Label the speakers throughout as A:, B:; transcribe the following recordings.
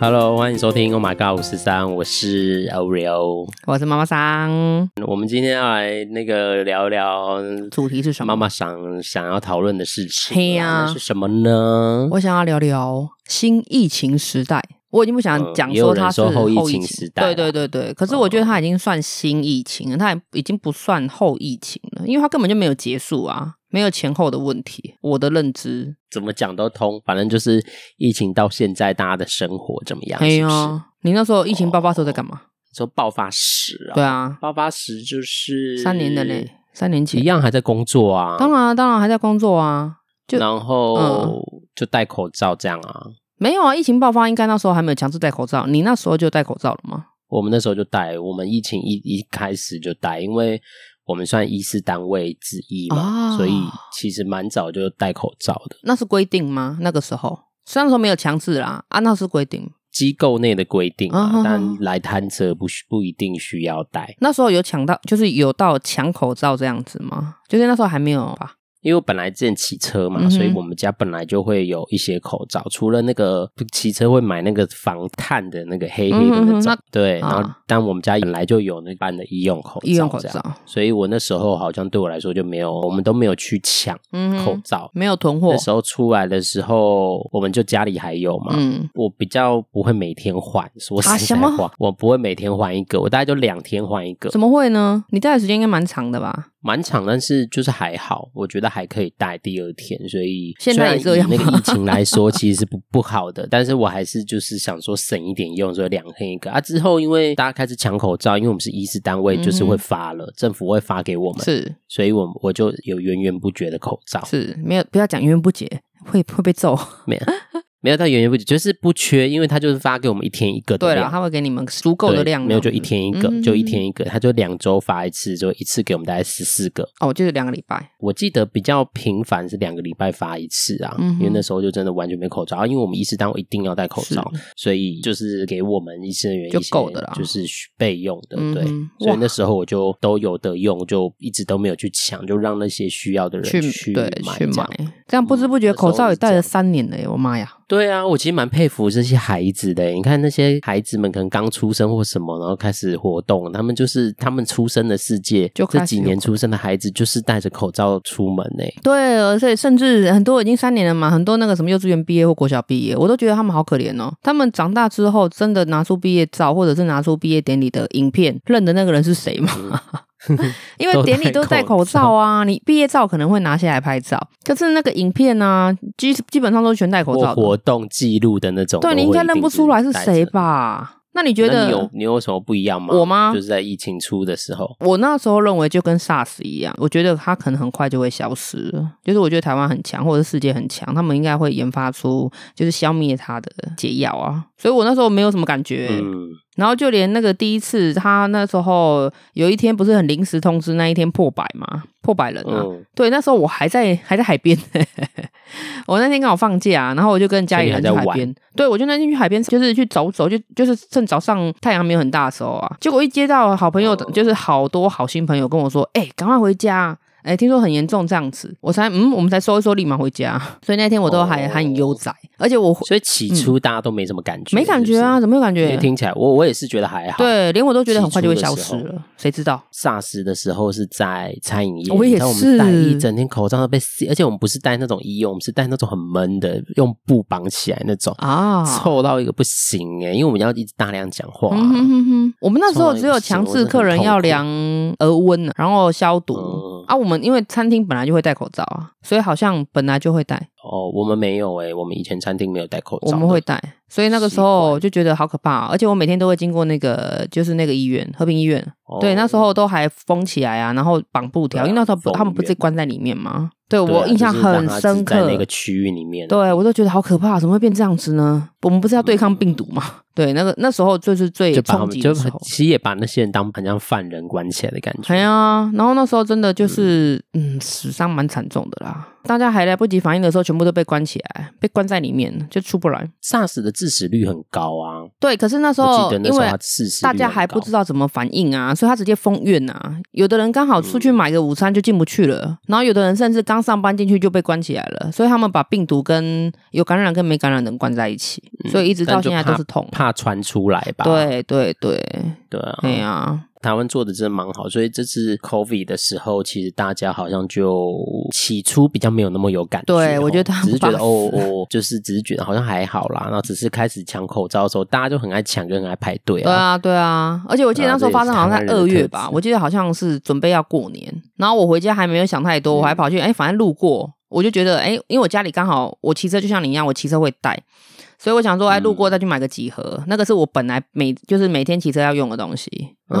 A: Hello，欢迎收听 Oh My God 五十三，我是 Oreo。
B: 我是妈妈桑，
A: 我们今天要来那个聊一聊
B: 主题是什
A: 妈
B: 么？
A: 妈想想要讨论的事情，
B: 嘿呀
A: 那是什么呢？
B: 我想要聊聊新疫情时代。我已经不想
A: 嗯
B: 讲
A: 也有
B: 说
A: 人
B: 它是
A: 说后疫
B: 疫
A: 情时代啦啊哦
B: 对对对对。可是我觉得它已经算新疫情了，它也已经不算后疫情了，因为它根本就没有结束啊，没有前后的问题。我的认知，
A: 怎么讲都通，反正就是疫情到现在大家的生活怎么样？
B: 哎
A: 是不是？
B: 呀，你那时候疫情爆发的时候在干嘛？
A: 说爆发时啊，
B: 对啊，
A: 爆发时就是
B: 三年的嘞，三年前
A: 一，样还在工作啊，
B: 当然啊当然还在工作啊，就嗯
A: 然后就戴口罩这样啊。
B: 没有啊，疫情爆发应该那时候还没有强制戴口罩，你那时候就戴口罩了吗？
A: 我们那时候就戴，我们疫情一一开始就戴，因为我们算医师单位之一嘛，
B: 哦
A: 所以其实蛮早就戴口罩的。
B: 那是规定吗？那个时候，虽然说没有强制啦，啊，那是规定。
A: 机构内的规定
B: 啊哈
A: 啊，
B: 哈
A: 但来摊者不需不一定需要戴，
B: 那时候有抢到，就是有到抢口罩这样子吗？就是那时候还没有吧？
A: 因为我本来之前骑车嘛，
B: 嗯哼
A: 所以我们家本来就会有一些口罩，除了那个骑车会买那个防炭的那个黑黑的
B: 嗯哼
A: 那
B: 哼
A: 种，
B: 那
A: 对，然后
B: 啊
A: 但我们家本来就有那般的医用口罩，
B: 医用口
A: 这样，
B: 罩，
A: 所以我那时候好像对我来说就没有，我们都没有去抢
B: 嗯哼
A: 口罩，
B: 没有囤货
A: 那，时候出来的时候，我们就家里还有嘛。
B: 嗯，
A: 我比较不会每天换，说
B: 啊
A: 实
B: 什
A: 在
B: 么
A: 话，我不会每天换一个，我大概就两天换一个，
B: 怎么会呢？你戴的时间应该蛮长的吧？
A: 蛮长，但是就是还好，我觉得还可以戴第二天，所以
B: 现在也
A: 虽
B: 这
A: 然
B: 样
A: 以
B: 吗
A: 那个疫情来 说，其实是不不好的，但是我还是就是想说省一点用，所以两天一个啊。之后因为大家开始抢口罩，因为我们是医师单位，就是
B: 嗯哼
A: 会发了，政府会发给我们，
B: 是
A: 所以我我就有源源不绝的口罩。
B: 是，没有，不要讲源源不绝，会会 被揍。
A: 没有没有到源源不绝，就是不缺，因为他就是发给我们一天一个的
B: 对
A: 量，
B: 了，他会给你们足够
A: 对
B: 的量，
A: 没有就一天一个，
B: 嗯
A: 就一天一个，他就两周发一次，就一次给我们大概十四个。
B: 哦，就是两个礼拜。
A: 我记得比较频繁是两个礼拜发一次啊，
B: 嗯哼
A: 因为那时候就真的完全没口罩，啊因为我们医师单位一定要戴口罩，所以就是给我们医师人员
B: 就
A: 一些
B: 够的啦
A: 就是备用的，
B: 嗯哼
A: 对。
B: 哇
A: 所以那时候我就都有得用，就一直都没有去抢，就让那些需要的人
B: 去对
A: 买
B: 去
A: 这
B: 买
A: 样，
B: 这样不知不
A: 嗯
B: 觉
A: 那时候
B: 口罩也
A: 是这样
B: 戴了三年了耶！我妈呀，
A: 对啊，我其实蛮佩服这些孩子的。你看那些孩子们，可能刚出生或什么，然后开始活动，他们就是他们出生的世界，
B: 就开
A: 这
B: 始
A: 几年出生的孩子，就是戴着口罩出门欸呢。
B: 对，而且甚至很多已经三年了嘛，很多那个什么幼稚园毕业或国小毕业，我都觉得他们好可怜哦。他们长大之后，真的拿出毕业照，或者是拿出毕业典礼的影片，认得那个人是谁吗？因为典礼都戴口罩啊，你毕业照可能会拿下来拍 照，可是那个影片啊，基基本上都是全戴口
A: 或
B: 罩的。
A: 活动记录的那种，
B: 对，你应该认不出来是谁
A: 吧？
B: 吧？那你觉
A: 那
B: 得
A: 你有你有什么不一样吗？
B: 我吗
A: 就是在疫情出的时候，
B: 我那时候认为就跟 SARS 一样，我觉得它可能很快就会消失了。就是我觉得台湾很强，或者是世界很强，他们应该会研发出就是消灭它的解药啊。所以我那时候没有什么感觉、
A: 嗯，
B: 然后就连那个第一次，他那时候有一天不是很临时通知那一天破百嘛，破百人啊。
A: 嗯
B: 对，那时候我还在还在海边， 我那天刚好放假，然后我就跟家里人去
A: 所以你还
B: 海
A: 在玩
B: 边。对，我就那天去海边，就是去走走，就就是趁早上太阳没有很大的时候啊。结果一接到好朋友，
A: 哦
B: 就是好多好心朋友跟我说：“哎、赶快回家。”哎，听说很严重这样子，我才嗯，我们才收一收，立马回家。啊所以那天我都还、
A: 哦
B: 还很悠哉，而且我
A: 所以起初大家都没什么感觉，
B: 嗯没感觉啊，
A: 是
B: 怎么有感
A: 不是。因为
B: 觉？
A: 听起来，我我也是觉得还好。
B: 对，连我都觉得很快就会
A: 起初
B: 消
A: 的时
B: 失
A: 候
B: 了，谁知道？
A: ，SARS 的时候是在餐饮业，
B: 哦我也
A: 你看我们戴
B: 是
A: 一整天口罩都被吸，而且我们不是戴那种医用，我们是戴那种很闷的，用布绑起来那种，
B: 啊，
A: 臭到一个不行哎、因为我们要一直大量讲话、
B: 嗯哼哼哼，我们那时
A: 从
B: 候
A: 来
B: 只
A: 不
B: 有
A: 行
B: 强
A: 我
B: 制
A: 真的
B: 客
A: 很
B: 人
A: 痛
B: 要
A: 苦
B: 量额温，然后消毒、
A: 嗯
B: 啊。我们因为餐厅本来就会戴口罩啊，所以好像本来就会戴，
A: 哦，我们没有哎、我们以前餐厅没有戴口罩
B: 我
A: 的，
B: 们会戴，所以那个时候就觉得好可怕啊、而且我每天都会经过那个就是那个医院，和平医院，
A: 哦
B: 对，那时候都还封起来啊，然后绑布条，
A: 对啊
B: 因为那时候不
A: 封
B: 他们不
A: 院
B: 是关在里面吗？对
A: 对啊
B: 我印象
A: 就是让
B: 很
A: 它只
B: 深刻，
A: 在那个区域里面，
B: 对，我都觉得好可怕，怎么会变这样子呢？我们不是要对抗病毒吗？对，那个那时候就是最
A: 就把他
B: 冲
A: 们
B: 击
A: 就
B: 的时
A: 很
B: 候。
A: 其实也把那些人当很像犯人关起来的感觉。
B: 哎呀，然后那时候真的就是，嗯，死伤蛮惨重的啦。大家还来不及反应的时候，全部都被关起来，被关在里面，就出不来。
A: SARS 的致死率很高啊，
B: 对，可是那时
A: 我
B: 候
A: 记得那
B: 因
A: 时候
B: 为
A: 他四十，
B: 大家还不知道怎么反应啊，所以他直接封院啊。有的人刚好出去买个午餐就进不去了，然后有的人甚至刚上班进去就被关起来了，所以他们把病毒跟有感染跟没感染的人关在一起，所以一直到
A: 但就
B: 现在
A: 怕
B: 都是痛。
A: 怕传出来吧？
B: 对对对，
A: 对啊，
B: 哎呀，
A: 台湾做的真的蛮好，所以这次 COVID 的时候，其实大家好像就起初比较没有那么有感觉哦。
B: 对我觉得他们
A: 只是觉得
B: 把死
A: 哦哦，就是只是觉得好像还好啦。然后只是开始抢口罩的时候，大家就很爱抢跟很爱排队
B: 对
A: 啊。
B: 啊对啊，而且我记得
A: 对啊
B: 那时候发生好像在
A: 这也是台
B: 二
A: 湾人的
B: 月
A: 特
B: 吧，
A: 质
B: 我记得好像是准备要过年，然后我回家还没有想太多，我
A: 嗯
B: 还跑去哎、反正路过，我就觉得哎、因为我家里刚好我骑车就像你一样，我骑车会带，所以我想说，哎，路
A: 嗯
B: 过再去买个几盒，那个是我本来每就是每天骑车要用的东西。然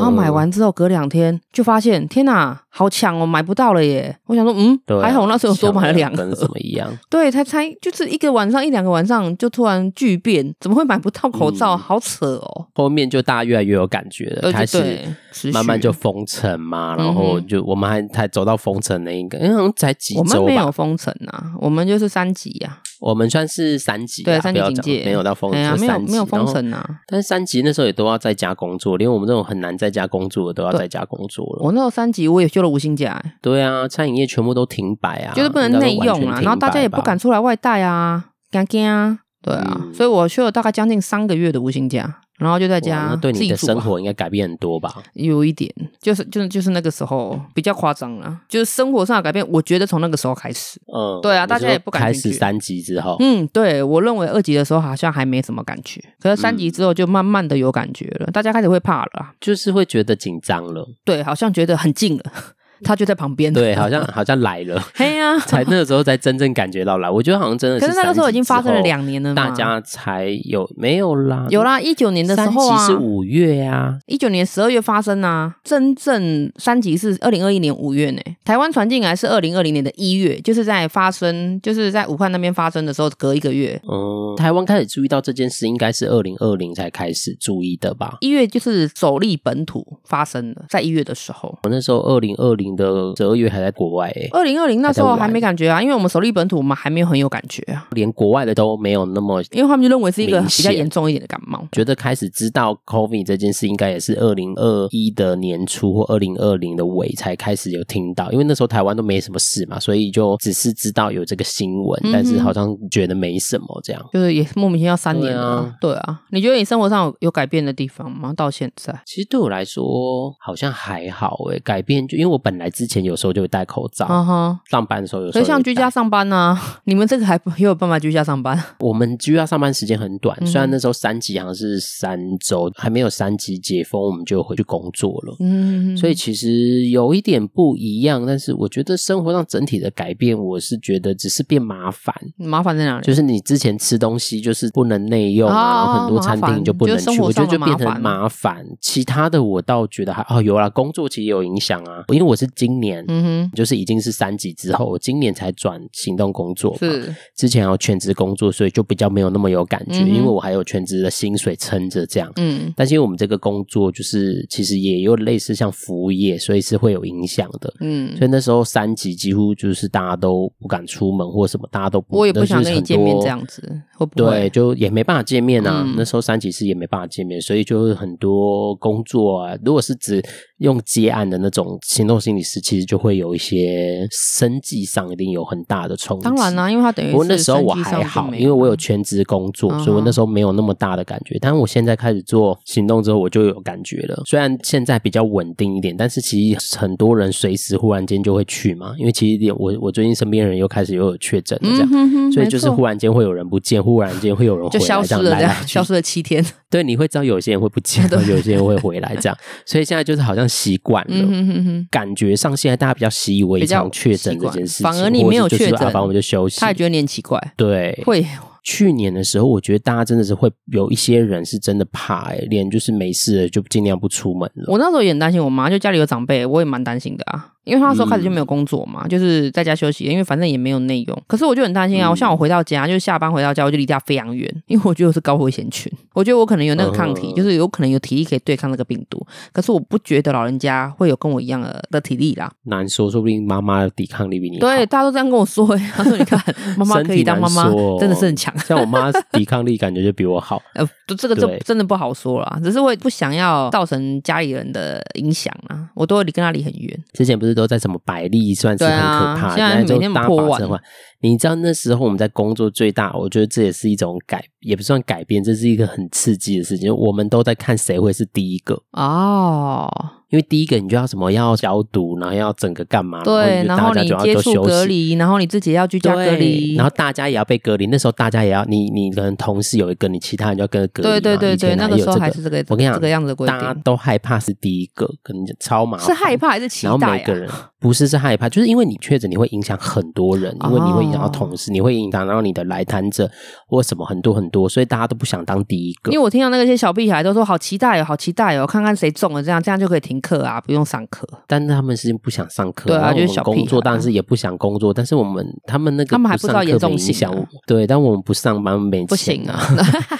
A: 嗯
B: 后买完之后，隔两天就发现，天哪，好抢哦，买不到了耶！我想说，嗯，
A: 对啊，
B: 还好那时候多买了两
A: 跟什
B: 盒，
A: 么一样？
B: 对，才才就是一个晚上一两个晚上就突然巨变，怎么会买不到口罩？
A: 嗯
B: 好扯哦！
A: 后面就大家越来越有感觉了，
B: 对
A: 开
B: 对
A: 始
B: 呃对，持续
A: 慢慢就封城嘛，然后
B: 嗯哼
A: 就我们还才走到封城那一个，嗯因为好像才几
B: 我们
A: 周
B: 没
A: 吧，
B: 有封城啊，我们就是三级呀、
A: 我们算是三级啊，
B: 对，三级
A: 不要
B: 警
A: 讲
B: 戒
A: 没有到封，
B: 哎呀，
A: 就
B: 没有
A: 三级
B: 没有封。
A: 然后
B: 城啊。
A: 但是三级那时候也都要在家工作，连我们这种很难在家工作的都要
B: 对
A: 在家工作了。
B: 我那时候三级我也休了无薪假、哎
A: 对啊，餐饮业全部都停摆啊，
B: 就是不能
A: 应该
B: 内
A: 都完全
B: 用啦，然后大家也
A: 停摆吧
B: 不敢出来外带啊，干干啊，对啊，
A: 嗯
B: 所以我休了大概将近三个月的无薪假，然后就在
A: 哇
B: 家
A: 那对
B: 自
A: 你
B: 己
A: 的
B: 住、
A: 生
B: 啊，
A: 活应该改变很多吧？
B: 有一点，就是就是就是那个时候比较夸张啦，就是生活上的改变，我觉得从那个时候开始，
A: 嗯，
B: 对啊
A: 你
B: 大家
A: 说
B: 也不敢
A: 开
B: 进
A: 始
B: 去
A: 三级之后，
B: 嗯，对我认为二级的时候好像还没什么感觉，可是三级之后就慢慢的有感觉了，大家开始会怕了啊，
A: 就是会觉得紧张了，
B: 对，好像觉得很近了， 他就在旁边，
A: 对， 好像好像来了。
B: 嘿呀、
A: 才那个时候才真正感觉到来。我觉得好像真的
B: 可是那个时候已经发生
A: 三
B: 了
A: 级之后
B: 两年了嘛，
A: 大家才有没有啦？
B: 有啦，一九年的时候啊，
A: 三级是五月啊，
B: 一九年十二月发生啊，真正三级是二零二一年五月呢，台湾传进来是二零二零年的一月，就是在发生，就是在武汉那边发生的时候隔一个月，
A: 嗯，台湾开始注意到这件事，应该是二零二零才开始注意的吧？
B: 一月就是首例本土发生的，在一月的时候，
A: 我那时候二零二零的十二月还在国外、欸，
B: 二零二零那时候还没感觉啊，因为我们首例本土我们还没有很有感觉啊，
A: 连国外的都没有那么。
B: 因为他们就认为是一个
A: 明
B: 比
A: 显
B: 较严重一点的感冒。
A: 觉得开始知道 COVID 这件事，应该也是二零二一的年初或二零二零的尾才开始有听到，因为那时候台湾都没什么事嘛，所以就只是知道有这个新闻，但是
B: 嗯哼
A: 好像觉得没什么这样。
B: 就是也莫名其妙三年了啊，对啊你觉得你生活上有有改变的地方吗？到现在，
A: 其实对我来说好像还好诶，改变就因为我本来之前有时候就会戴口罩，
B: 啊哈、
A: 上班的时候有时
B: 可
A: 候
B: 是像
A: 也会
B: 居家
A: 戴，
B: 上班呢、啊， 你们这个还不也有办法居家上班？
A: 我们居家上班时间很短，
B: 嗯
A: 虽然那时候三级好像是三周，还没有三级解封，我们就回去工作了。
B: 嗯，
A: 所以其实有一点不一样，但是我觉得生活上整体的改变，我是觉得只是变麻烦，
B: 麻烦在哪里？
A: 就是你之前吃东西就是不能内用啊，
B: 哦
A: 然后很多餐厅你就不能
B: 麻烦
A: 去，我觉得就变
B: 就是生活
A: 成
B: 上的
A: 麻烦。其他的我倒觉得还哦，有啦，工作其实也有影响啊，因为我是今年。
B: 嗯
A: 就是已经是三级之后，我今年才转行动工作
B: 哼，
A: 嘛，
B: 是
A: 之前还有全职工作，所以就比较没有那么有感觉，
B: 嗯哼
A: 因为我还有全职的薪水撑着这样。
B: 嗯
A: 但是因为我们这个工作就是其实也有类似像服务业，所以是会有影响的。
B: 嗯，
A: 所以那时候三级几乎就是大家都不敢出门或什么，大家都不
B: 我也不想
A: 就是
B: 跟你
A: 很
B: 见面
A: 多
B: 这样子，会不
A: 对，
B: 会？
A: 就也没办法见面啊。
B: 嗯
A: 那时候三级是也没办法见面，所以就是很多工作啊，如果是指用接案的那种行动心理师，其实就会有一些生计上一定有很大的冲击。
B: 当然啦、因为他等于
A: 不过那
B: 是
A: 时候
B: 生
A: 我
B: 计
A: 还
B: 上就
A: 好，
B: 没
A: 因为我有全职工作，所以我
B: 嗯哼
A: 那时候没有那么大的感觉。但是我现在开始做行动之后，我就有感觉了。虽然现在比较稳定一点，但是其实很多人随时忽然间就会去嘛，因为其实我我最近身边人又开始又有确诊了这样
B: 嗯。哼哼，
A: 所以就是
B: 没错
A: 忽然间会有人不见，忽然间会有人回
B: 就
A: 来，
B: 消
A: 这
B: 失
A: 样
B: 了，
A: 来
B: 这
A: 来
B: 样
A: 去
B: 消失了七天。
A: 对，你会知道有些人会不 见，然后有些人会回来，这样。所以现在就是好像习惯了。
B: 嗯哼哼哼，
A: 感觉上，现在大家比较习以为
B: 比较
A: 常确诊
B: 习
A: 这
B: 惯
A: 件事情，
B: 反而你
A: 或
B: 没
A: 是
B: 有
A: 就是
B: 确
A: 说啊
B: 诊
A: 反正我们就休息
B: 他。也觉得你很奇怪，
A: 对，
B: 会
A: 去年的时候，我觉得大家真的是会有一些人是真的怕、欸，连就是没事了就尽量不出门了。
B: 我那时候也很担心我妈，就家里有长辈，我也蛮担心的啊。因为他那时候开始
A: 嗯
B: 就没有工作嘛，就是在家休息，因为反正也没有内容。可是我就很担心啊，
A: 嗯
B: 像我回到家，就是下班回到家，我就离家非常远， 因为我觉得我是高危险群，我觉得我可能有那个抗体，
A: 嗯
B: 就是有可能有体力可以对抗那个病毒。可是我不觉得老人家会有跟我一样的的体力啦。
A: 难说，说不定妈妈的抵抗力比你好
B: 对，，大家都这样跟我说、欸，他说你 看妈妈
A: 身
B: 可以
A: 体
B: 当
A: 难
B: 妈妈
A: 说，哦
B: 真的是很强。
A: 像我妈抵抗力感觉就比我好，
B: 呃，就这个就
A: 对
B: 真的不好说啦，只是我也不想要造成家里人的影响啊，我都会离跟他离很远。
A: 之前不是都在什么百丽算是很可怕，
B: 对啊
A: 那就
B: 现在每天
A: 大
B: 破
A: 把
B: 万
A: 生活。你知道那时候我们在工作最大，我觉得这也是一种改，也不算改变，这是一个很刺激的事情。我们都在看谁会是第一个，
B: 哦，
A: 因为第一个你就要什么要消毒，然后要整个干嘛，
B: 对，然
A: 然后
B: 后
A: 就
B: 你
A: 大家就
B: 接
A: 要都
B: 触
A: 休
B: 隔
A: 息。
B: 离，然后你自己要居家隔
A: 对
B: 离，
A: 然后大家也要被隔离。那时候大家也要，你你可能同事有一个，你其他人就要跟着隔离嘛。
B: 对对对
A: 以前
B: 对，那
A: 哪
B: 个
A: 有
B: 时候
A: 这
B: 还是这个
A: 我跟你讲
B: 这个样子的规
A: 大家
B: 定，
A: 都害怕是第一个，可能就超麻烦。
B: 是害怕还是期
A: 然后
B: 待
A: 每个
B: 啊？
A: 人不是是害怕，就是因为你确诊，你会影响很多人，
B: 哦
A: 因为你会影响到同事，你会影响到你的来谈者或什么很多很多，所以大家都不想当第一个
B: 因为。我听到那些小屁孩都说好期待哦，好期待哦，看看谁中了，这样这样就可以停课啊，不用上课。
A: 但是他们是不想上课，
B: 对啊
A: 然后
B: 就是
A: 我们
B: 小屁
A: 工作，
B: 孩啊
A: 当然是也不想工作。但是我们他们那个
B: 他们还不知道
A: 上课
B: 严重
A: 没影
B: 性
A: 响
B: 啊
A: 我们对，但我们不上班没
B: 不
A: 钱
B: 行啊
A: 啊。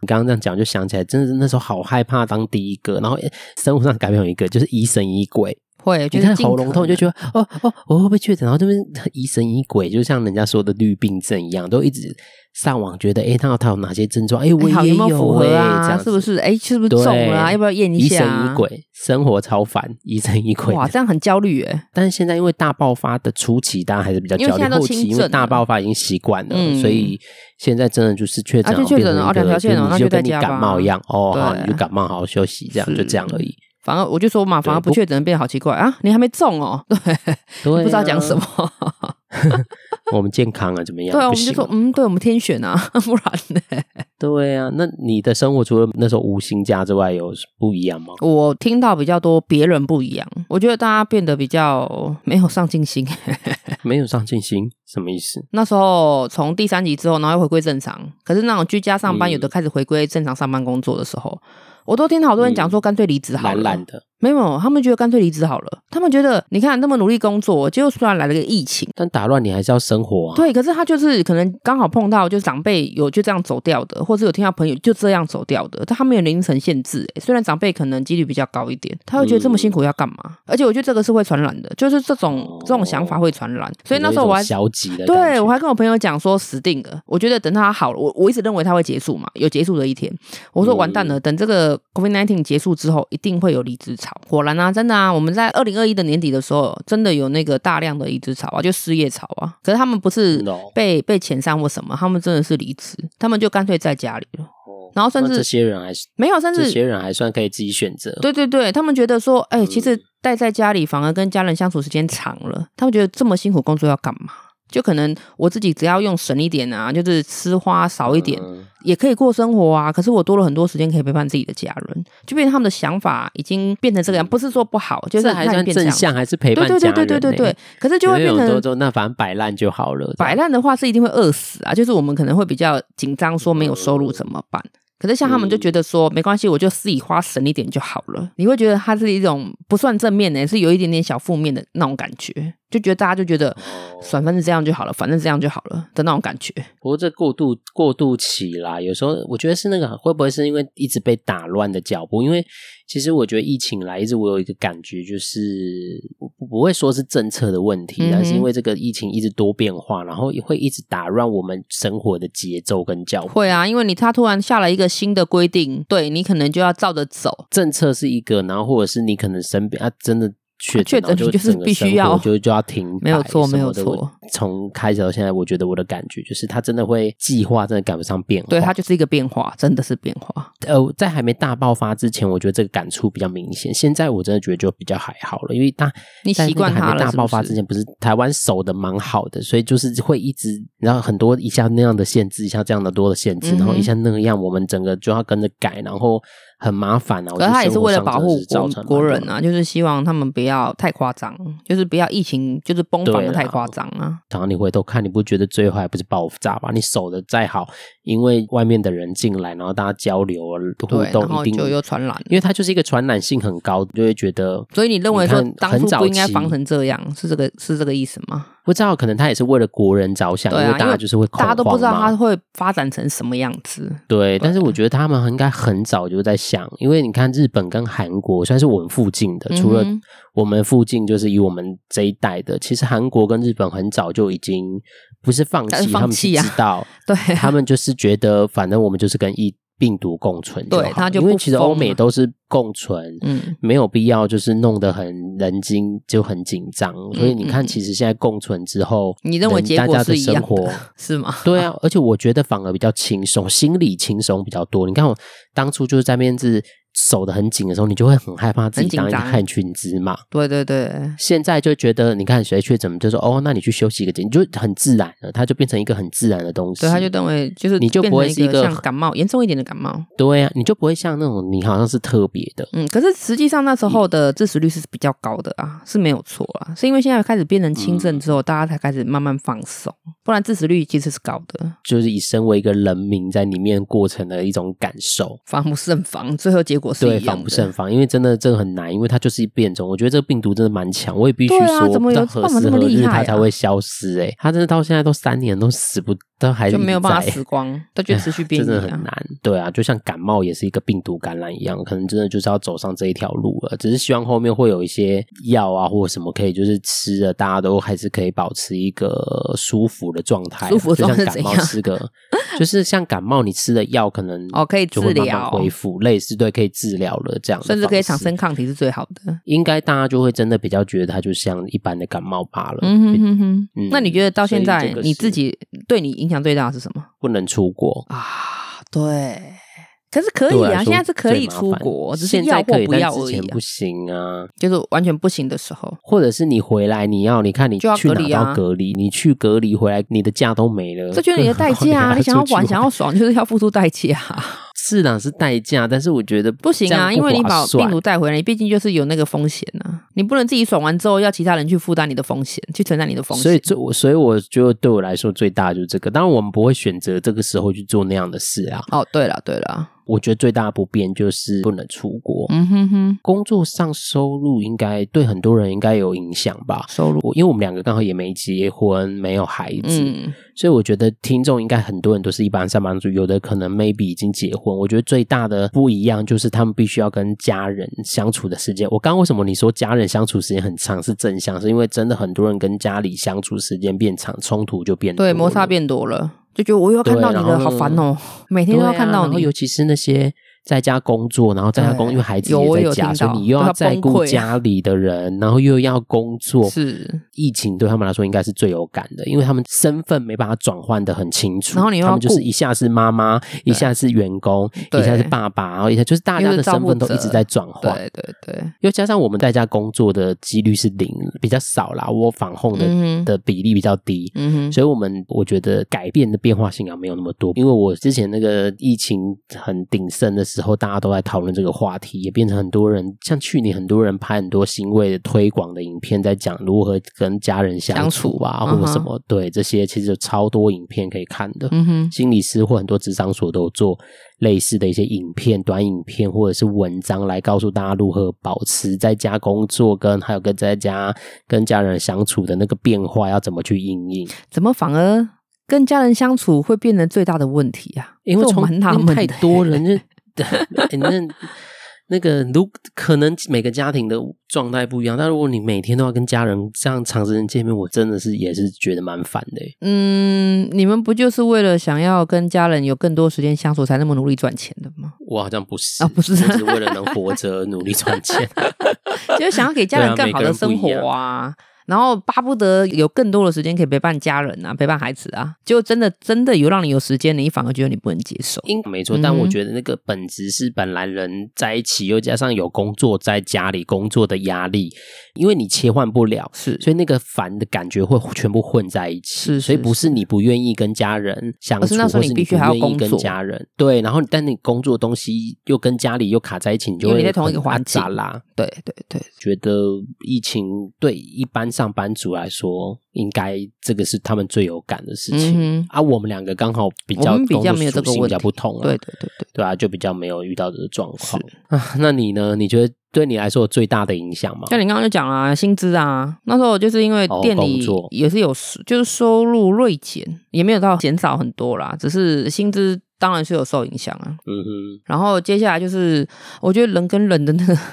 A: 你刚刚这样讲，就想起来，真的是那时候好害怕当第一个，然后诶生活上改变有一个就是疑神疑鬼，
B: 会，就
A: 你
B: 是
A: 看
B: 尽
A: 喉咙
B: 可
A: 痛，你就
B: 能
A: 觉得哦哦，我会不会确诊？然后这边疑神疑鬼，就像人家说的绿病症一样，都一直上网觉得，哎，他他有哪些症状？哎，我
B: 哎好
A: 也
B: 没有符合
A: 诶这
B: 啊？
A: 样子
B: 是不是？哎，是不是中了啊？
A: 对
B: 要不要验一
A: 疑
B: 下
A: 神
B: 啊？
A: 疑鬼，生活超烦，疑神疑鬼。
B: 哇，这样很焦虑哎。
A: 但是现在因为大爆发的初期，大家还是比较
B: 因为
A: 焦虑
B: 现在，都
A: 后期
B: 轻
A: 因为
B: 症
A: 大
B: 了
A: 爆发已经习惯了，
B: 嗯
A: 所以现在真的就是确诊
B: 啊就
A: 好像
B: 确诊
A: 变成
B: 了哦
A: 一个
B: 两条线哦
A: 就
B: 那
A: 你就
B: 就在
A: 跟你
B: 家
A: 感
B: 吧
A: 冒一样哦，好，你
B: 对
A: 就感冒好好休息，这样就是这样而已。
B: 反而我就说嘛，反而
A: 不
B: 不确诊变得好奇怪啊！你还没中哦，对，
A: 对， 啊
B: 不知道讲什，么。
A: 我们健康啊，怎么样？
B: 对啊，我
A: 不
B: 们就
A: 行
B: 说
A: 吗，
B: 嗯，对我们天选啊， 不然呢？
A: 对啊，那你的生活除了那时候无薪假之外，有不一样 吗？
B: 我听到比较多别人不一样，我觉得大家变得比较没有上进心。
A: 没有上进心，什么意思？
B: 那时候从第三级之后，然后又回归正常，可是那种居家上班，
A: 嗯
B: 有的开始回归正常上班工作的时候，我都听到好多人讲说干脆离职好
A: 懒
B: 了。
A: 懒的，
B: 没有，他们觉得干脆离职好了。他们觉得你看那么努力工作，结果突然来了个疫情。
A: 但打乱你还是要生活啊。
B: 对，可是他就是可能刚好碰到，就是长辈有就这样走掉的，或者有听到朋友就这样走掉的，但他没有年龄层限制、欸。虽然长辈可能几率比较高一点，他会觉得这么辛苦要干嘛？而且我觉得这个是会传染的，就是这种、这种想法会传染。所以那时候我还
A: 有一种消极的感觉，
B: 对我还跟我朋友讲说死定了，我觉得等他好了，我我一直认为他会结束嘛，有结束的一天。我说
A: 嗯
B: 完蛋了，等这个 COVID nineteen 结束之后，一定会有离职潮。果然啊，真的啊，我们在二零二一的年底的时候，真的有那个大量的离职潮啊，就失业潮啊。可是他们不是
A: No
B: 被被遣散或什么，他们真的是离职，他们就干脆在家里了，
A: 哦，
B: 然后甚
A: 那这
B: 至
A: 些人还是
B: 没有，甚
A: 这
B: 至
A: 些人还算可以自己选择。
B: 对对对，他们觉得说，哎、其
A: 嗯
B: 实待在家里反而跟家人相处时间长了，他们觉得这么辛苦工作要干嘛？就可能我自己只要用省一点啊，就是吃花少一点，
A: 嗯
B: 也可以过生活啊。可是我多了很多时间可以陪伴自己的家人，就变成他们的想法已经变成这个样，不是说不好，就是
A: 嗯这还
B: 那你
A: 算
B: 变这
A: 正
B: 样。
A: 向，还是陪
B: 对
A: 伴
B: 对
A: 家
B: 对
A: 人呢。
B: 对对对对，可是就会
A: 有
B: 变
A: 一种
B: 成
A: 都都那反正摆烂就好了，
B: 摆烂的话是一定会饿死啊，就是我们可能会比较紧张，说没有收入怎么办？可是像他们就觉得说
A: 嗯
B: 没关系，我就自己花省一点就好了。你会觉得它是一种不算正面的、是有一点点小负面的那种感觉，就觉得大家就觉得
A: 哦
B: 算反正这样就好了，反正这样就好了的那种感觉。
A: 不过这过渡过渡期啦，有时候我觉得是那个会不会是因为一直被打乱的脚步？因为其实我觉得疫情来一直我有一个感觉，就是我不不会说是政策的问题，
B: 嗯哼
A: 但是因为这个疫情一直多变化，然后也会一直打乱我们生活的节奏跟脚步。
B: 会啊，因为你他突然下了一个新的规定，对你可能就要照着走。
A: 政策是一个，然后或者是你可能生病啊，真的。确
B: 确
A: 诊
B: 诊
A: 然后
B: 就是
A: 整个
B: 必须
A: 生活
B: 要
A: 就就要停摆
B: 没有错
A: 什么
B: 没有
A: 的
B: 错
A: 我从开始到现在，我觉得我的感觉就是，它真的会计划真的赶不上变化。
B: 对，它就是一个变化，真的是变化。
A: 呃，在还没大爆发之前，我觉得这个感触比较明显。现在我真的觉得就比较还好了，因为大
B: 你
A: 在那
B: 习
A: 个
B: 惯它
A: 还没
B: 了
A: 大
B: 是
A: 爆
B: 不
A: 发
B: 是
A: 之前，不是台湾守的蛮好的，所以就是会一直，然后很多一下那样的限制，一下这样的多的限制，然后
B: 嗯
A: 一
B: 哼
A: 下那样，我们整个就要跟着改，然后很麻烦啊。我
B: 可
A: 觉
B: 是
A: 得
B: 他也是
A: 生活
B: 为了
A: 上
B: 保
A: 真的
B: 护
A: 是造
B: 国
A: 成
B: 国
A: 蛮多
B: 人
A: 的
B: 啊，就是希望他们不要太夸张，就是不要疫情就是崩
A: 对
B: 防的太
A: 啦
B: 夸张啊。
A: 然后你回头看，你不觉得最后还不是爆炸吗？你守的再好，因为外面的人进来，然后大家交流啊互
B: 对，然
A: 动，
B: 后
A: 一定
B: 就又传染。
A: 因为它就是一个传染性很高，就会觉得。
B: 所以你认为说
A: 你看
B: 当初
A: 很早
B: 不应该
A: 期
B: 防成这样，是这个是这个意思吗？
A: 不知道，可能他也是为了国人着想，
B: 对啊
A: 因为大
B: 因
A: 家
B: 为
A: 就是会恐
B: 大
A: 慌嘛。
B: 家都不知道啊它会发展成什么样子。
A: 对，但是我觉得他们应该很早就在想，因为你看日本跟韩国算是我们附近的，除了
B: 嗯哼
A: 我们附近就是以我们这一代的，其实韩国跟日本很早就已经不是放
B: 但
A: 弃，
B: 是放
A: 他们是
B: 弃啊
A: 知道，
B: 对啊
A: 他们就是觉得反正我们就是跟疫病毒共存就好，
B: 对他就
A: 因为
B: 不
A: 其实
B: 疯
A: 欧美
B: 了
A: 都是共存，
B: 嗯，
A: 没有必要就是弄得很人精就很紧张，所以你
B: 嗯
A: 看，
B: 嗯
A: 其实现在共存之后，
B: 你认为
A: 人
B: 结
A: 大
B: 果
A: 家的
B: 是一
A: 生
B: 样
A: 活
B: 的，是吗？
A: 对啊，而且我觉得反而比较轻松，心理轻松比较多。你看我当初就是在面子守得很紧的时候，你就会很害怕自
B: 很
A: 己
B: 紧
A: 当一个
B: 张
A: 害群之马。
B: 对对对，
A: 现在就觉得，你看谁确诊，就说哦，那你去休息一个点，你就很自然了，它就变成一个很自然的东西。
B: 所以他就认为就是
A: 你就
B: 变
A: 不会
B: 成
A: 是一
B: 一
A: 个
B: 像感冒严重一点的感冒。
A: 对啊，你就不会像那种你好像是特别的，
B: 嗯，可是实际上那时候的致死率是比较高的啊，是没有错啊，是因为现在开始变成轻
A: 嗯
B: 症之后，大家才开始慢慢放松，不然致死率其实是高的，
A: 就是以身为一个人民在里面过程的一种感受。
B: 防不胜防，最后结果是
A: 对，
B: 一
A: 防
B: 样
A: 不
B: 的
A: 胜。防，因为真的这个很难，因为它就是一变种。我觉得这个病毒真的蛮强，我也必须
B: 对啊
A: 说，
B: 怎
A: 不
B: 么
A: 知道
B: 有
A: 何
B: 办法
A: 时
B: 这么
A: 何
B: 厉
A: 日它
B: 害啊
A: 才会消失、欸？哎，它真的到现在都三年都死不，都还
B: 就没有办法
A: 在哎
B: 死光，它就持续变
A: 真
B: 异
A: 的很
B: 啊。
A: 难。对啊，就像感冒也是一个病毒感染一样，可能真的就是要走上这一条路了。只是希望后面会有一些药啊或者什么可以就是吃的，大家都还是可以保持一个舒服的状态啊。
B: 舒服的
A: 就像
B: 状态
A: 感
B: 是
A: 冒
B: 怎样
A: 吃个，就是像感冒你吃的药可能
B: 哦可以
A: 就会
B: 治
A: 慢慢
B: 疗
A: 恢复，类似对可以治疗了这样的方式，
B: 甚至可以产生抗体是最好的。
A: 应该大家就会真的比较觉得它就像一般的感冒罢了，
B: 嗯哼哼哼
A: 嗯，
B: 那你觉得到现
A: 所以
B: 在
A: 这个是
B: 你自己对你影响最大的是什么
A: 不能出国。
B: 啊？对，可是可以
A: 对我来
B: 啊，
A: 说
B: 现在是可以
A: 最麻
B: 出
A: 烦
B: 国，只是
A: 现在
B: 要或
A: 可以，
B: 不要
A: 但之
B: 而已
A: 前
B: 啊
A: 不，行啊。
B: 就是完全不行的时候。
A: 或者是你回来，你要你看你
B: 就要
A: 去
B: 隔
A: 哪都
B: 离啊
A: 要隔离，你去隔离回来，你的假都没了，
B: 这就是你的代价啊！
A: 呃更何况还
B: 你想要
A: 出去
B: 玩、想要爽，就是要付出代价、啊
A: 是啦是代价，但是我觉得
B: 不行啊，
A: 这样
B: 因
A: 不划
B: 为你把
A: 算
B: 病毒带回来，你毕竟就是有那个风险啊。你不能自己爽完之后，要其他人去负担你的风险，去承担你的风险。
A: 所以最我所以我觉得对我来说最大的就是这个，当然我们不会选择这个时候去做那样的事啊。
B: 哦，对了对了，
A: 我觉得最大的不便就是不能出国，
B: 嗯哼哼，
A: 工作上收入应该对很多人应该有影响吧。
B: 收入，
A: 我因为我们两个刚好也没结婚，没有孩子，
B: 嗯，
A: 所以我觉得听众应该很多人都是一般上班族，有的可能 maybe 已经结婚。我觉得最大的不一样就是他们必须要跟家人相处的时间。我刚刚为什么你说家人相处时间很长是正向，是因为真的很多人跟家里相处时间变长，冲突就变多
B: 对，摩擦
A: 了
B: 变多了。就觉得我又要看到你
A: 对然
B: 了，
A: 后
B: 好烦哦！每天
A: 对
B: 都
A: 啊
B: 要看到
A: 然后
B: 你
A: 尤，其是那些在家工作，然后在家工，
B: 对
A: 因为孩子
B: 有我
A: 也在
B: 有
A: 家，
B: 听
A: 所以
B: 到
A: 你又要
B: 对他
A: 在
B: 崩
A: 顾
B: 溃啊
A: 家里的人，然后又要工 作，
B: 是，
A: 疫情对他们来说应该是最有感的，因为他们身份没办法转换的很清楚。
B: 然后你又要
A: 他们就是
B: 顾
A: 一下是妈妈，一下是员工，
B: 对
A: 一下是爸爸，然后一下就是大家的身份都一直在转换。
B: 对对对，
A: 又加上我们在家工作的几率是零，比较少啦，我防控的、
B: 嗯哼
A: 的比例比较低。
B: 嗯哼，
A: 所以，我们我觉得改变的变化性啊没有那么多，因为我之前那个疫情很鼎盛的时候，大家都在讨论这个话题，也变成很多人像去年很多人拍很多欣慰的推广的影片，在讲如何跟家人相
B: 相
A: 处
B: 处
A: 啊，
B: 嗯哼
A: 或者什么，对这些其实有超多影片可以看的。
B: 嗯哼，
A: 心理师或很多智商所都有做类似的一些影片、短影片或者是文章，来告诉大家如何保持在家工作跟还有跟在家跟家人相处的那个变化要怎么去应应。
B: 怎么反而跟家人相处会变成最大的问题啊？
A: 因为
B: 这我
A: 从
B: 蛮纳
A: 因
B: 闷
A: 为
B: 的
A: 太多人， 就欸那那个如可能每个家庭的状态不一样，但如果你每天都要跟家人这样长时间见面，我真的是也是觉得蛮烦的欸、
B: 嗯，你们不就是为了想要跟家人有更多时间相处，才那么努力赚钱的吗？
A: 我好像不是
B: 啊不是
A: 我只为了能活着而努力赚钱。
B: 就是想要给家人
A: 对啊
B: 更好的生
A: 每个人不
B: 活啊，然后巴不得有更多的时间可以陪伴家人啊，陪伴孩子啊。就真的真的有让你有时间，你反而觉得你不能接受。
A: 应没错，
B: 嗯哼
A: 但我觉得那个本质是本来人在一起，又加上有工作在家里工作的压力，因为你切换不了，
B: 是
A: 所以那个烦的感觉会全部混在一起。
B: 是是哦
A: 所以不是你不愿意跟家人相处，
B: 而是那时
A: 或
B: 候你
A: 是
B: 必须还要
A: 不愿意
B: 工
A: 跟
B: 作
A: 家人对，然后但你工作的东西又跟家里又卡在一起，你就
B: 因为
A: 会
B: 你在同一个
A: 很
B: 环境
A: 阿杂啦。
B: 对对对，
A: 觉得疫情对一般上班族来说，应该这个是他们最有感的事情。
B: 嗯
A: 啊，我们两个刚好比较
B: 我们比较没有这
A: 工作属
B: 个
A: 性
B: 问
A: 比较
B: 题
A: 不同、
B: 哼，
A: 啊，
B: 对对对对，
A: 对啊，就比较没有遇到这个状况啊。那你呢？你觉得对你来说有最大的影响吗？
B: 像你刚刚就讲啦，薪资啊，那时候就是因为
A: 哦
B: 店
A: 工
B: 里
A: 作
B: 也是有，就是收入锐减，也没有到减少很多啦，只是薪资当然是有受影响啊。
A: 嗯哼，
B: 然后接下来就是，我觉得人跟人的那个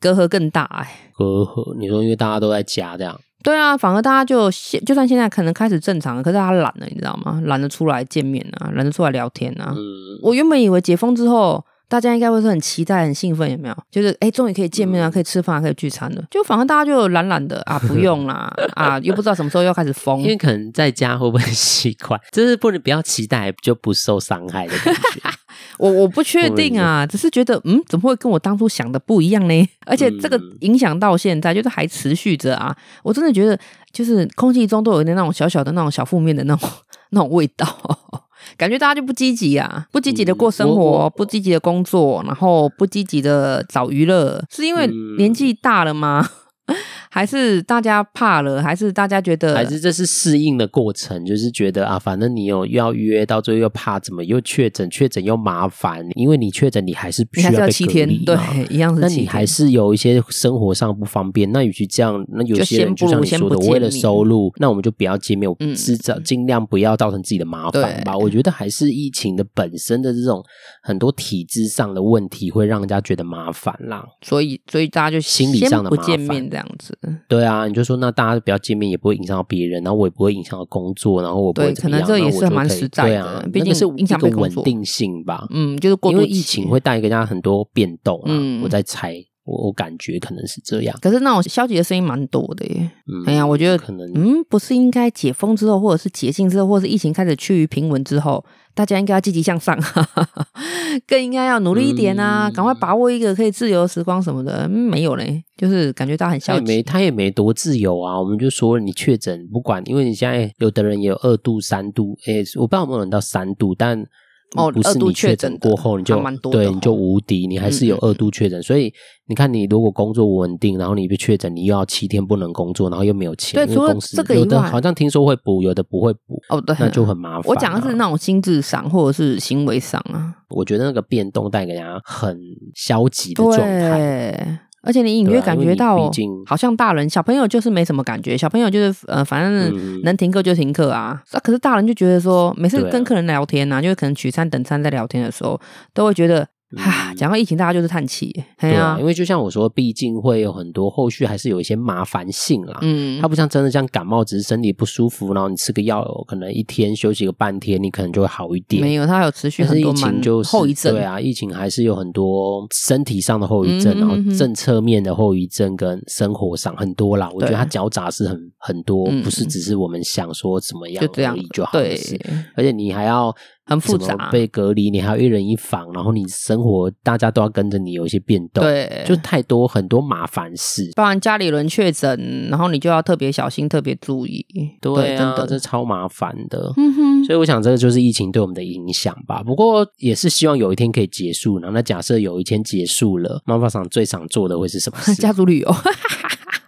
B: 隔阂更大哎、
A: 隔阂，你说因为大家都在家这样，
B: 对啊，反而大家就现就算现在可能开始正常了，可是他懒了，你知道吗？懒得出来见面啊，懒得出来聊天啊。
A: 嗯，
B: 我原本以为解封之后，大家应该会是很期待、很兴奋，有没有？就是哎，诶终于可以见
A: 嗯
B: 面啊，可以吃饭、啊，可以聚餐了。就反而大家就懒懒的啊，不用啦，啊，又不知道什么时候又开始疯
A: 因。为可能在家会不会习惯， 就是不能不要期待就不受伤害的感 觉。
B: 我我不确定啊，只是觉得嗯，怎么会跟我当初想的不一样呢？ 而且这个
A: 嗯
B: 影响到现在，就是还持续着啊。我真的觉得，就是空气中都有一点那种小小的那种小负面的那种那种味道。 感觉大家就不积极啊，不积极的过生
A: 嗯我
B: 活，
A: 我
B: 不积极的工作，然后不积极的找娱乐，是因为
A: 嗯
B: 年纪大了吗？ 还是大家怕了？还是大家觉得
A: 还是这是适应的过程，就是觉得啊，反正你有又要约，到最后又怕怎么又确诊，确诊又麻烦，因为你确诊你还是
B: 你
A: 需
B: 还是
A: 被
B: 要
A: 隔
B: 七天
A: 离？
B: 对
A: 嘛，
B: 一样是
A: 那
B: 七
A: 你
B: 天
A: 还是有一些生活上不方便，那与其这样，那有
B: 就
A: 些人
B: 先
A: 就
B: 不
A: 像
B: 如
A: 你
B: 先
A: 说
B: 不
A: 的，为
B: 见
A: 了
B: 面
A: 收入，那我们就不要见面，我
B: 嗯
A: 至少尽量不要造成自己的麻烦
B: 对
A: 吧。我觉得还是疫情的本身的这种很多体制上的问题，会让人家觉得麻烦啦。
B: 所以所以大家就
A: 心理
B: 先
A: 上的
B: 不
A: 麻
B: 见
A: 烦
B: 面这样子，
A: 对啊，你就说那大家不要见面，也不会影响到别人，然后我也不会影响到工作，然后我不会
B: 对
A: 怎
B: 可
A: 么
B: 能
A: 样
B: 这
A: 那
B: 也
A: 我
B: 是
A: 就
B: 蛮
A: 可以
B: 实在
A: 对
B: 的
A: 啊，
B: 毕
A: 那个
B: 竟
A: 是
B: 影响
A: 一个
B: 被工
A: 稳
B: 作
A: 定性吧。
B: 嗯，就是过
A: 因
B: 渡
A: 为
B: 期
A: 疫情会带给大家很多变动啊，
B: 嗯
A: 我在猜，我我感觉可能是这样。
B: 可是那种消极的声音蛮多的耶。
A: 嗯，
B: 哎呀，我觉得
A: 可能
B: 嗯，不是应该解封之后，或者是解禁之后，或者是疫情开始趋于平稳之后，大家应该要积极向上，更应该要努力一点啊，
A: 嗯
B: 赶快把握一个可以自由的时光什么的。嗯、没有嘞，就是感觉到很
A: 他
B: 消
A: 也没
B: 极。
A: 他也没多自由啊，我们就说你确诊不管，因为你现在有的人也有二度、三度，诶，我不知道有没有人到三度，但
B: 哦
A: 不
B: 二
A: 是
B: 度
A: 你
B: 确
A: 确诊
B: 诊的
A: 过后你就
B: 还蛮多的
A: 对
B: 哦
A: 你就无敌，你还是有
B: 嗯嗯
A: 二度确诊，所以你看你如果工作稳定，然后你被确诊，你又要七天不能工作，然后又没有钱，
B: 对
A: 因为
B: 除了
A: 公司
B: 这个以
A: 有的
B: 外
A: 好像听说会补，有的不会补，
B: 哦，对，
A: 那就很麻烦啊、
B: 我讲的是那种心智上或者是行为上啊，
A: 我觉得那个变动带给人家很消极的
B: 对，
A: 状态。
B: 而且你隐
A: 对
B: 约
A: 啊
B: 感
A: 因为
B: 觉
A: 你
B: 到
A: 毕竟，
B: 好像大人小朋友就是没什么感觉，小朋友就是呃，反
A: 嗯
B: 正能停课就停课啊。啊，可是大人就觉得说，每次
A: 对啊
B: 跟客人聊天啊，就是可能取餐等餐在聊天的时候，都会觉得，哈，
A: 嗯
B: 讲到疫情，大家就是叹气，
A: 对
B: 哎呀
A: 啊，因，为就像我说，毕竟会有很多后续，还是有一些麻烦性啦。
B: 嗯
A: 它，不像真的像感冒，只是身体不舒服，然后你吃个药，可能一天休息个半天，你可能就会好一点。
B: 没有，他有持续
A: 但是
B: 很
A: 疫
B: 多
A: 情
B: 蛮
A: 就是
B: 后遗症，
A: 对啊，疫情还是有很多身体上的后遗症，
B: 嗯哼
A: 然后
B: 嗯哼
A: 政策面的后遗症跟生活上很多啦。我觉得它交杂是很很多，
B: 嗯
A: 不是只是我们想说怎么样
B: 就这样
A: 而已就啊好的
B: 对，
A: 事。而且你还要
B: 很复
A: 怎么
B: 杂
A: 被隔离，你还要一人一房，然后你生活大家都要跟着你有一些变动，，
B: 对，
A: 就太多很多麻烦事。
B: 包含家里人确诊，然后你就要特别小心，特别注意，对，
A: 啊，
B: 真
A: 这
B: 的，
A: 超麻烦的。
B: 嗯哼。
A: 所以我想，这个就是疫情对我们的影响吧。不过也是希望有一天可以结束。然后，那假设有一天结束了，妈妈想最想做的会是什么事？
B: 家族旅游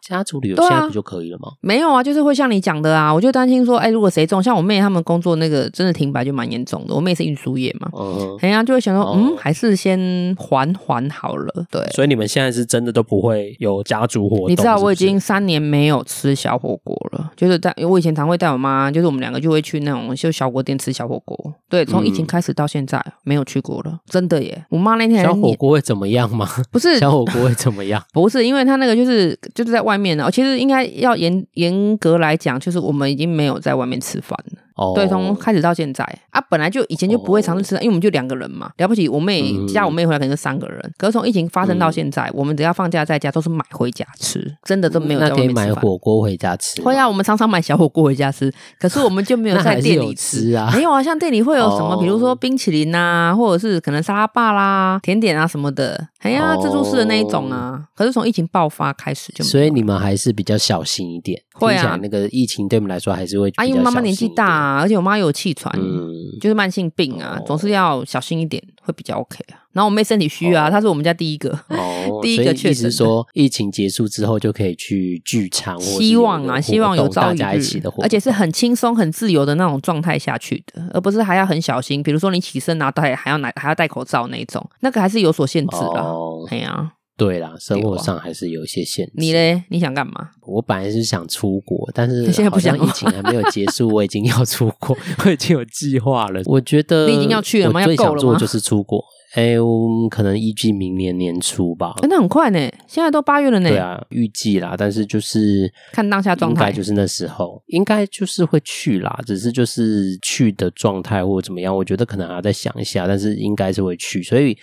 A: 家族旅游
B: 对
A: 现
B: 啊
A: 在不就可以了 吗？
B: 没有啊，就是会像你讲的啊，我就担心说，哎，如果谁中，像我妹她们工作那个真的停摆就蛮严重的，我妹是运输业嘛，
A: 嗯哼。
B: 哎呀、就会想说，
A: 哦
B: 嗯，还是先缓缓好了。对，
A: 所以你们现在是真的都不会有家族活动？
B: 你知道
A: 是不
B: 我已
A: 是
B: 经三年没有吃小火锅了，就是带我以前常会带我妈，就是我们两个就会去那种就小锅店吃小火锅。对，从疫情
A: 嗯
B: 开始到现在没有去过了，真的耶！我妈那天还
A: 小火
B: 念
A: 锅会怎么样 吗？
B: 不是
A: 小火锅会怎么样？
B: 不是，因为他那个就是就是在外面的，其实应该要严严格来讲，就是我们已经没有在外面吃饭了。
A: 哦，
B: 对，从开始到现在啊，本来就以前就不会常去吃，因为我们就两个人嘛，了不起我妹
A: 嗯
B: 加我妹回来可能就三个人，可是从疫情发生到现在，我们只要放假在家都是买回家吃，真的都没有在
A: 嗯那
B: 外
A: 可以
B: 面吃
A: 买
B: 饭。
A: 火锅回家吃吗。
B: 会啊，我们常常买小火锅回家吃，可是我们就没有
A: 那还
B: 在
A: 是
B: 店
A: 有
B: 里
A: 吃啊
B: 没有啊，像店里会有什么，比如
A: 哦
B: 说冰淇淋啊，或者是可能沙拉霸啦、甜点啊什么的，哎呀，自助式的那一种啊。可是从疫情爆发开始 就没有，
A: 哦所以你们还是比较小心一点。
B: 会啊
A: 听起来那个疫情对我们来说还是会比较
B: 啊，因为妈妈年纪大、
A: 小
B: 啊，而且我妈有气喘，
A: 心一点，嗯，
B: 就是慢性病啊，
A: 哦
B: 总是要小心一点，会比较 OK 啊。然后我妹身体虚啊，
A: 哦
B: 她是我们家第一个，
A: 哦，
B: 第一
A: 所以
B: 个确
A: 意思
B: 诊
A: 是说，疫情结束之后就可以去剧场或是有一个活动，
B: 希望啊，希望有朝
A: 大
B: 一
A: 家一起
B: 日
A: 的活，动，
B: 而且是很轻松、很自由的那种状态下去的，而不是还要很小心。比如说你起身然后戴还要拿还要戴口罩那一种，那个还是有所限制啦。
A: 哦，
B: 哎呀、
A: 对啦，生活
B: 对啊
A: 上还是有一些限制。
B: 你嘞？你想干嘛？
A: 我本来是想出国，但是
B: 现在不
A: 好像
B: 想哦
A: 疫
B: 了
A: 情还没有结束，我已经要出国，我已经有计划 了。我觉得
B: 你已经要去了吗
A: 我最
B: 要够
A: 想
B: 了
A: 做
B: 吗
A: 就是出国。哎、我可能预计明年年初吧。
B: 哎、那很快呢，现在都八月了呢。
A: 哦对啊，预计啦，但是就是
B: 看当下状态
A: 应该就是那时候，应该就是会去啦，只是就是去的状态或者怎么样，我觉得可能还要再想一下，但是应该是会去，所以。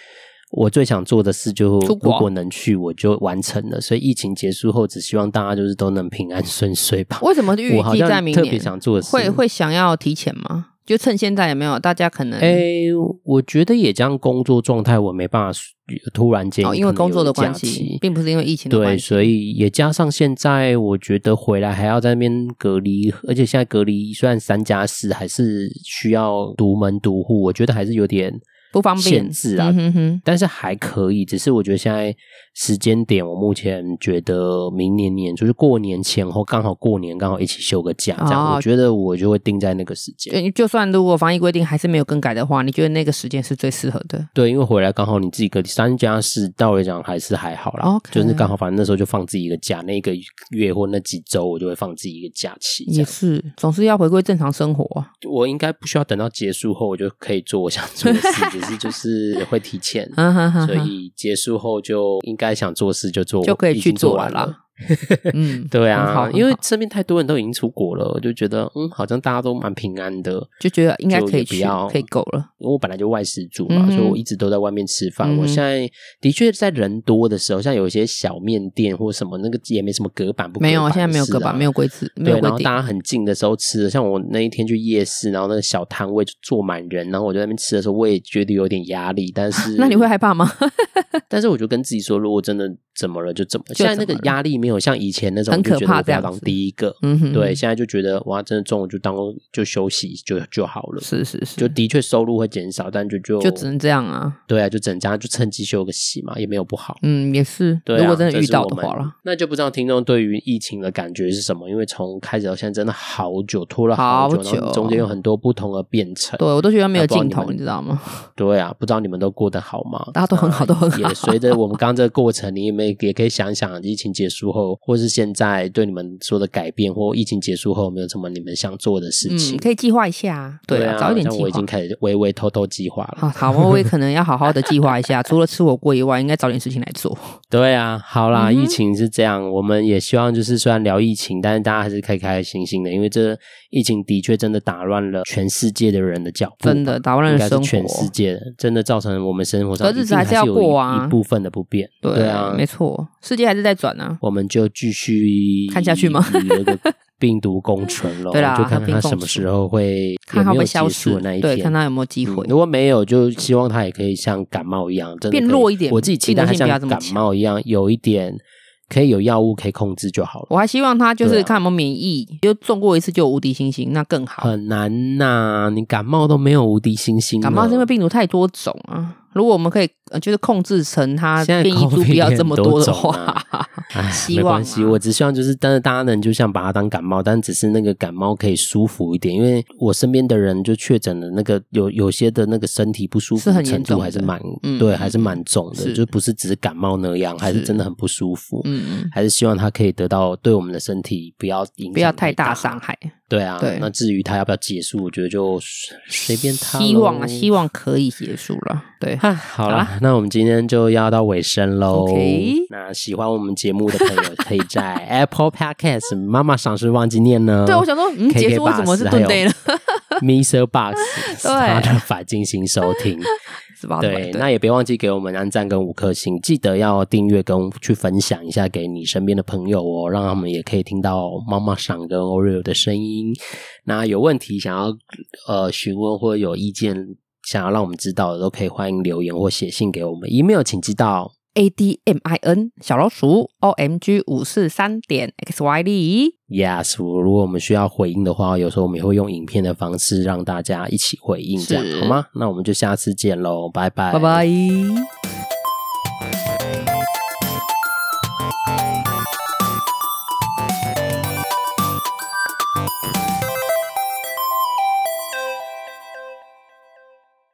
A: 我最想做的事就，
B: 出
A: 如
B: 国
A: 果能去，我就完成了。所以疫情结束后，只希望大家就是都能平安顺遂吧。
B: 为什么预
A: 我好
B: 计
A: 像
B: 在明
A: 特
B: 年？
A: 别想做的事
B: 会会想要提前吗？就趁现在有没有？大家可能、哦
A: 诶，哎我觉得也这样，工作状态我没办法突然间
B: 哦，因
A: 可
B: 为
A: 能
B: 工作
A: 有
B: 的关
A: 假期
B: 系，并不是因为疫情的
A: 对，
B: 关系。
A: 所以也加上现在，我觉得回来还要在那边隔离，而且现在隔离虽然三加四，还是需要独门独户，我觉得还是有点
B: 不方便
A: 限制啊。
B: 嗯哼哼
A: 但是还可以，只是我觉得现在时间点，我目前觉得明年年就是过年前后，刚好过年刚好一起休个假，这样、
B: 哦
A: 我觉得我就会定在那个时间。
B: 就就算如果防疫规定还是没有更改的话，你觉得那个时间是最适合的？
A: 对，因为回来刚好你自己隔离三加四，道理讲还是还好啦
B: OK
A: 就是刚好反正那时候就放自己一个假，那一个月或那几周我就会放自己一个假期。这
B: 也
A: 样，
B: 是，总是要回归正常生活啊。
A: 我应该不需要等到结束后我就可以做我想做 的事，只是就是会提前，
B: 哈哈哈哈
A: 所 以结束后就应该想做事就做，
B: 嗯就可以
A: 已
B: 去
A: 经做
B: 做
A: 完
B: 了
A: 了。
B: 啦。嗯，
A: 对
B: 很好
A: 啊，
B: 很
A: 因为
B: 好
A: 身边太多人都已经出国了，我就觉得嗯，好像大家都蛮平安的。
B: 就觉得应该
A: 就
B: 可
A: 也
B: 以
A: 不
B: 去
A: 要，
B: 可以够了。
A: 因为我本来就外食族嘛，
B: 嗯哼
A: 所以我一直都在外面吃饭。
B: 嗯哼
A: 我现在的确在人多的时候，像有一些小面店或什么，那个也没什么隔板，啊不
B: 没有，啊现在没有隔板，没有规
A: 矩。
B: 制，没有
A: 对，
B: 规
A: 然后
B: 定
A: 大。家很近的时候吃的，像我那一天去夜市，然后那个小摊位就坐满人，然后我在那边吃的时候，我也觉得有点压力，但是
B: 那你会害怕吗？
A: 但是我就跟自己说，如果真的怎么了就怎么了。
B: 就
A: 现
B: 怎
A: 在
B: 么
A: 那个压力没有像以前那种，
B: 很可
A: 我就觉得
B: 怕
A: 我不要
B: 这样
A: 当
B: 子
A: 第一个。
B: 嗯哼，
A: 对，，现在就觉得哇，真的中午就当就休息就就好了。
B: 是是是，
A: 就的确收入会减少，但就就
B: 就只能这样啊。
A: 对啊，就整家就趁机休个息嘛，也没有不好。
B: 嗯，也是。
A: 对、啊，
B: 如果真的
A: 这
B: 遇
A: 是
B: 到
A: 我
B: 的
A: 们
B: 话啦，，
A: 那就不知道听众对于疫情的感觉是什么，因为从开始到现在真的好久，拖了久，
B: 好
A: 然后
B: 久
A: 中间有很多不同的变程。
B: 对我都觉得没有
A: 那不知道
B: 尽
A: 你们
B: 头，你知道吗？
A: 对啊，不知道你们都过得好吗？
B: 大家都很好
A: 那
B: 都很好
A: 也随着我们刚刚这个过程，你们也可以想一想，疫情结束后，或是现在对你们说的改变，或疫情结束后有没有什么你们想做的事情
B: 嗯，？可以计划一下啊，对
A: 啊，
B: 早一点
A: 像
B: 计
A: 我已
B: 划
A: 经。开始微微偷偷计划了。
B: 好好，我也可能要好好的计划一下，除了吃火锅以外，应该找点事情来 做。
A: 对啊，好啦，
B: 嗯哼
A: 疫情是这样，我们也希望就是虽然聊疫情，但是大家还是开开心心的，因为这疫情的确真的打乱了全世界的人的脚步，
B: 真的打乱
A: 应
B: 了
A: 该
B: 生
A: 是
B: 活，
A: 全世界的，真的造成我们生活上
B: 可日子
A: 一定
B: 还
A: 还
B: 是要
A: 有
B: 过啊
A: 一一部分的不便，
B: 对
A: 啊，
B: 没错，世界还是在转啊。
A: 我们就继续
B: 看下去吗
A: 与那个病毒共存咯，
B: 对啦
A: 就看
B: 和
A: 看
B: 平
A: 它
B: 共
A: 什么
B: 处
A: 时候会
B: 看
A: 有
B: 它
A: 没
B: 会
A: 有
B: 消
A: 结
B: 失
A: 束的那一，
B: 对，看
A: 天。
B: 它有没有机会
A: 嗯。如果没有，就希望它也可以像感冒一样，真的
B: 变
A: 可以
B: 弱一点
A: 我自己期待
B: 病毒
A: 它像
B: 性不要这么
A: 感冒一样，有一点可以有药物可以控制就好了。
B: 我还希望它就
A: 对
B: 是
A: 啊
B: 看有没有免疫，就中过一次就有无敌星星，那更好。
A: 很难呐、你感冒都没有无敌星星了，
B: 感冒是因为病毒太多种啊，如果我们可以呃就是控制成它
A: 现在
B: 变异株
A: COVID
B: 不要这么多的
A: 也
B: 话
A: 很，唉
B: 希
A: 没
B: 望
A: 关系，
B: 啊
A: 我只希望就是，但是大家能就像把它当感冒，但只是那个感冒可以舒服一点，因为我身边的人就确诊了那个有有些的那个身体不舒服
B: 是很
A: 程
B: 严重
A: 度
B: 的
A: 还是蛮、
B: 嗯
A: 对，
B: 嗯
A: 还是蛮重的，
B: 是
A: 就不是只是感冒那样，还是
B: 是
A: 真的很不舒服。
B: 嗯嗯，
A: 还是希望他可以得到对我们的身体不要影响
B: 不要太
A: 大
B: 大伤，害。
A: 对啊。
B: 对
A: 那至于他要不要结束，我觉得就随便他咯。
B: 希望啊，希望可以结束了。对，
A: 啊，好
B: 好
A: 啦
B: 啦，
A: 那我们今天就要到尾声喽。
B: OK
A: 那喜欢我们节目的朋友，可以 在 Apple Podcast 妈妈赏识忘记念呢。
B: 对，我想说，嗯，
A: KK
B: 结束为什么是
A: Bus，
B: 盾
A: 还
B: 杯
A: 有
B: 呢？
A: Mr. Box
B: 对
A: Spotify 进行收听。
B: 是吧？
A: 对，那也别忘记给我们按赞跟五颗星，记得要订阅跟去分享一下给你身边的朋友哦，让他们也可以听到妈妈赏跟 Oreo 的声音。那有问题想要呃询问或者有意见想要让我们知道的，都可以欢迎留言或写信给我们。email 请寄到
B: A D M I N 小老鼠 O M G 五四三点 X Y Z。
A: Yes，我如果我们需要回应的话，有时候我们也会用影片的方式让大家一起回应，这样
B: 是
A: 好吗？那我们就下次见喽，拜拜，
B: 拜拜。